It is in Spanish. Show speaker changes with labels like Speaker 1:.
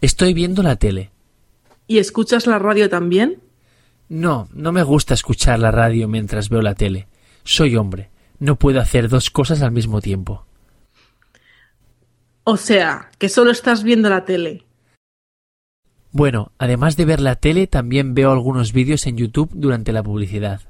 Speaker 1: Estoy viendo la tele.
Speaker 2: ¿Y escuchas la radio también?
Speaker 1: No, no me gusta escuchar la radio mientras veo la tele. Soy hombre. No puedo hacer dos cosas al mismo tiempo.
Speaker 2: O sea, que solo estás viendo la tele.
Speaker 1: Bueno, además de ver la tele, también veo algunos vídeos en YouTube durante la publicidad.